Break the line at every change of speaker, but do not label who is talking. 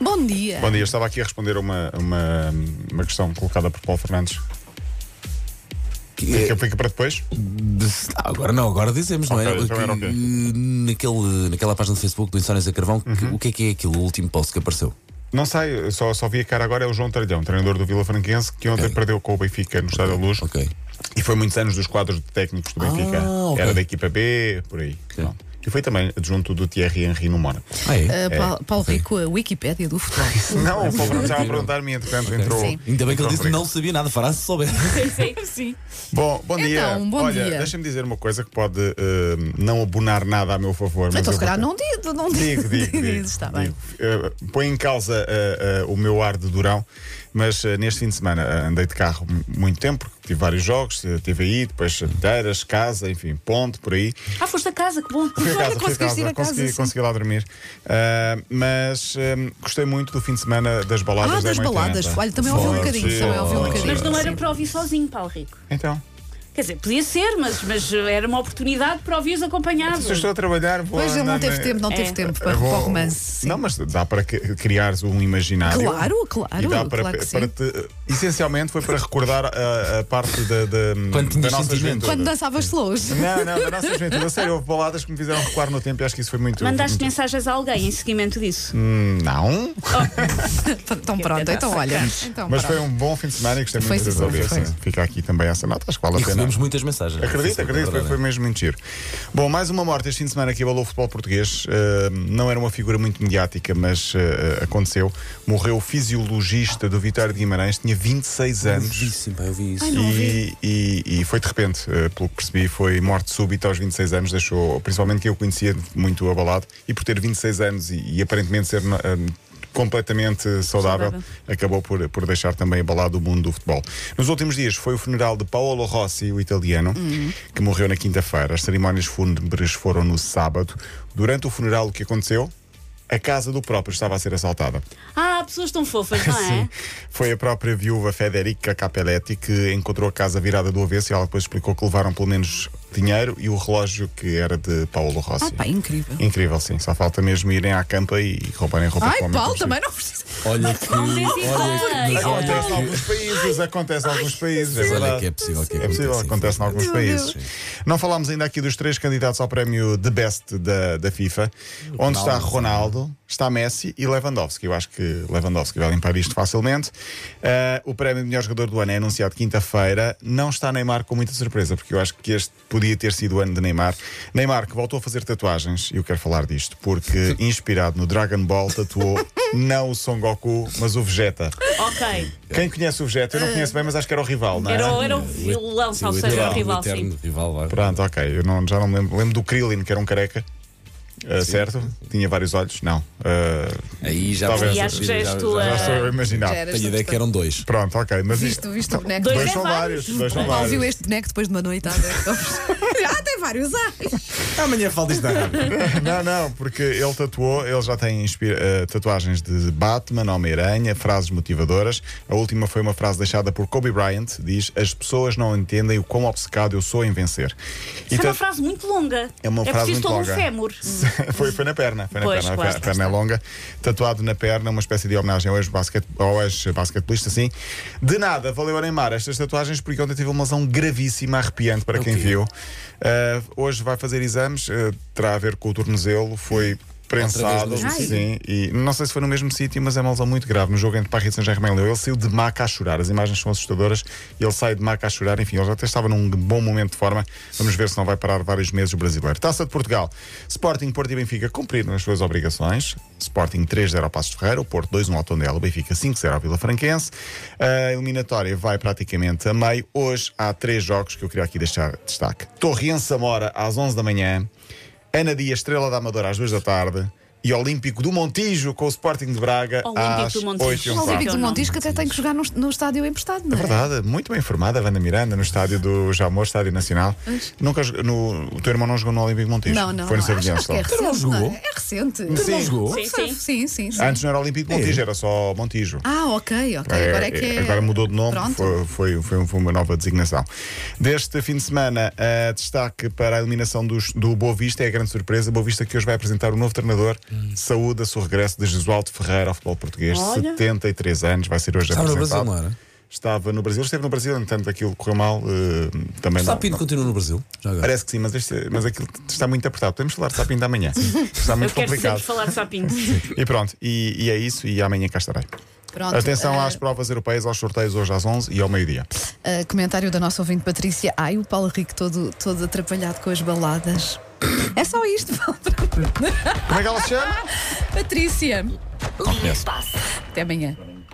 Bom dia.
Bom dia, estava aqui a responder a uma, a uma, uma questão colocada por Paulo Fernandes. Fica, fica para depois?
é De- ah, agora não, agora dizemos, não
Ok,
é?
então era o quê?
Naquele, naquela página do Facebook do Insónias a Carvão, que- o que é que é aquilo, o último post que apareceu?
Não sei, eu só, só vi a cara agora é o João Tardão, treinador do Vila Franquense, que ontem
Ok.
perdeu com o Benfica no Estádio da Luz
Ok. Ah,
e foi muitos anos dos quadros de técnicos do Benfica.
ok.
Era da equipa B, por aí. Pronto. E foi também adjunto do Thierry Henry no Mónaco.
Ah, é?
Uh, Paulo, Paulo Rico, a Wikipédia do futebol.
Não, o Paulo Fernandes estava a perguntar-me, entretanto, entrou.
Sim.
Ainda bem que
entrou
ele disse que
Rodrigo.
não sabia nada, fará se souber.
Sim.
Bom, bom dia.
Então, bom
Olha,
dia.
deixa-me dizer uma coisa que pode eh, não abonar nada a meu favor. mas
Então, se
eu vou
calhar,
ter-
não digo, não
Digo, digo, digo,
Está
digo.
bem.
Eh, põe em causa eh, eh, o meu ar de durão, mas eh, neste fim de semana eh, andei de carro mu- muito tempo, porque tive vários jogos, eh, tive aí, depois Telheiras, casa, enfim, ponte, por aí.
Ah, foste a casa, que bom.
Fui a casa, fui a
Conseguiste ir
casa,
a casa,
consegui,
sim.
consegui lá dormir. Ah, mas eh, gostei muito do fim de semana das baladas
Ah,
da
das
M80.
baladas. Olha, também ouvi um
Foi
bocadinho,
giro,
também ouvi um
foi
bocadinho.
giro.
Mas não é- era
Sim.
para ouvir sozinho, Paulo Rico.
Então,
Quer dizer, podia ser, mas, mas eh, era uma oportunidade para ouvir os acompanhados.
se eu estou a trabalhar, vou
Pois ele não
andar
teve
na-
tempo, não
É.
teve tempo para,
Vou-
para o romance. sim.
Não, mas dá para que- criares um imaginário.
Claro, claro,
E dá para,
claro que sim.
para te- essencialmente foi para recordar a, a parte da, da,
Quando
da
tinhas
nossa
sentimentos.
juventude.
Quando dançavas slows.
Não, não, da nossa juventude. A sério, houve baladas que me fizeram recuar no tempo e acho que isso foi muito.
Mandaste
muito...
mensagens a alguém em seguimento disso.
Hum. Não,
Então pronto,
tentar
então
sacar.
olha. Então,
mas
pronto.
foi um bom fim de semana e gostei
Foi,
muito de
sim, sim,
ouvir.
foi.
sim. Fica aqui também essa nota, acho que vale
E
a pena.
recebemos muitas mensagens.
Acredito,
Sim,
acredito,
é
foi,
verdade.
foi mesmo muito giro. Bom, mais uma morte este fim de semana que abalou o futebol português. Eh, não era uma figura muito mediática, mas eh, aconteceu. Morreu o fisiologista do Vitória de Guimarães, tinha 26
Eu
anos.
vi, sim, pá, eu vi isso.
não
E, e- e foi de repente, eh, pelo que percebi, foi morte súbita aos 26 anos, deixou principalmente quem eu conhecia muito abalado. E por ter 26 anos e, e aparentemente ser na- ah, completamente saudável,
Saudável.
acabou por, por deixar também abalado o mundo do futebol. Nos últimos dias foi o funeral de Paolo Rossi, o italiano,
Uhum.
que morreu na quinta-feira. As cerimónias fúnebres foram no sábado. Durante o funeral, o que aconteceu? A casa do próprio estava a ser assaltada.
Ah, pessoas tão fofas, não é?
Sim. Foi a própria viúva Federica Capelletti que encontrou a casa virada do avesso e ela depois explicou que levaram pelo menos dinheiro e o relógio que era de Paulo Rossi.
Ah, pá, incrível.
Incrível, um- sim. Só falta mesmo irem à campa e roubarem roupa
Ai,
para o homem
Paulo,
que eu
também não precisa.
Olha que.
Não tem sido
Olha que.
bem.
olha
Acontece em
que-
alguns países, acontece em alguns países.
Mas olha
verdade.
que é possível que
É possível,
aconteça,
acontece em alguns
Meu
países.
Deus.
Não falámos ainda aqui dos três candidatos ao prémio The Best da, da FIFA, onde está Ronaldo, está Messi e Lewandowski. Eu acho que Lewandowski vai limpar isto facilmente. Ah, o prémio de melhor jogador do ano é anunciado quinta-feira. Não está Neymar com muita surpresa, porque eu acho que este podia ter sido o ano de Neymar. Neymar, que voltou a fazer tatuagens, e eu quero falar disto, porque inspirado no Dragon Ball, tatuou não o Son Goku, mas o Vegeta.
Ok.
Quem conhece o Vegeta, eu não conheço bem, mas acho que era o rival, não é?
Era, o- era o vilão, se não
O
seja, era o
eterno-
rival,
o eterno
Então
sim.
rival, vá.
Pronto, ok. Eu não- já não me lembro. Lembro do Krillin, que era um careca. Ah, certo? Tinha vários olhos? Não. Ah,
Aí já
Talvez.
E acho que já és tu
já
Ah,
estou a imaginar.
já era.
Tenho ideia que eram dois.
Pronto, ok. Mas
Visto, visto o boneco.
Dois
Então, Dois
é
são vários.
vários.
Dois são
Paulo viu
vários.
este boneco depois de uma noitada. ah, tem vários. Ah,
Amanhã falo disto na rádio.
Não, não, porque ele tatuou, ele já tem inspira- ah, tatuagens de Batman, Homem-Aranha, frases motivadoras. A última foi uma frase deixada por Kobe Bryant: diz, As pessoas não entendem o quão obcecado eu sou em vencer. E
Isso é uma
ta-
frase muito longa.
É uma frase muito
preciso todo
longa.
um fémur.
foi, foi na perna, foi na
Pois,
perna.
claro.
a perna é longa, tatuado na perna, uma espécie de homenagem ao ex-basquete- ao ex-basquetebolista, assim. De nada, valeu a Neymar estas tatuagens, porque ontem teve uma lesão gravíssima, arrepiante para quem viu. Ah, hoje vai fazer exames, ah, terá a ver com o tornozelo, foi. Prensado,
vez no mesmo
sim, e não sei se foi no mesmo sítio, mas é uma lesão muito grave. No jogo entre Paris e Saint-Germain, e Lyon, ele saiu de maca a chorar. As imagens são assustadoras. Ele sai de maca a chorar. Enfim, ele já até estava num bom momento de forma. Vamos ver se não vai parar vários meses o brasileiro. Taça de Portugal. Sporting, Porto e Benfica cumpriram as suas obrigações. Sporting 3-0 ao Passos de Ferreira, o Porto 2-1 ao Tondela, o Benfica 5-0 ao Vila Franquense. A eliminatória vai praticamente a meio. Hoje há três jogos que eu queria aqui deixar destaque. Torre em Samora às 11 da manhã. Ana Dias, Estrela da Amadora, às 2 da tarde. E Olímpico do Montijo com o Sporting de Braga
Olímpico
às
do Montijo.
8 e um
Não
o
Olímpico
quarto.
Olímpico do
não.
Montijo que até tem que jogar no, no estádio emprestado, não é?
Verdade, muito bem informada a Wanda Miranda no estádio do Jamor, Estádio Nacional. Nunca jogou- no, o teu irmão não jogou no Olímpico de Montijo?
Não, não.
Foi no
não, acho,
Sardião
acho que
só.
é
Então não
recente. não
jogou?
é? É recente.
Não jogou?
Sim, sim.
Sim, sim, sim.
Antes não era Olímpico de Montijo, era só Montijo.
É. Ah, ok, ok.
Ah. É,
Agora é que é.
agora mudou de nome,
Pronto.
foi, foi, foi, foi uma nova designação. Deste fim de semana, eh, destaque para a eliminação dos- do Boa Vista é a grande surpresa. Boa Vista que hoje vai apresentar o novo treinador Saúde a seu regresso de Jesualdo Ferreira ao futebol português.
Olha.
73 anos, vai ser hoje
Estava no
apresentado.
Brasil, não era?
Estava no Brasil, esteve no Brasil, entanto aquilo correu mal. eh, também não-
Sapinto
não-
continua no Brasil? Já agora.
Parece que sim, mas, este- mas aquilo está muito apertado. Podemos falar de Sapinto amanhã. Está
Eu
muito
quero sempre
complicado.
falar de sapinhos.
E pronto, e, e é isso, e amanhã cá estarei.
Pronto,
Atenção
eh,
ah,
às provas europeias, aos sorteios hoje às 11 e ao meio-dia.
ah, comentário da nossa ouvinte Patrícia. Ai, o Paulo Rico todo, todo atrapalhado com as baladas. É só isto, Paulo.
Como é que ela se chama?
Patrícia.
Não conheço.
Até amanhã.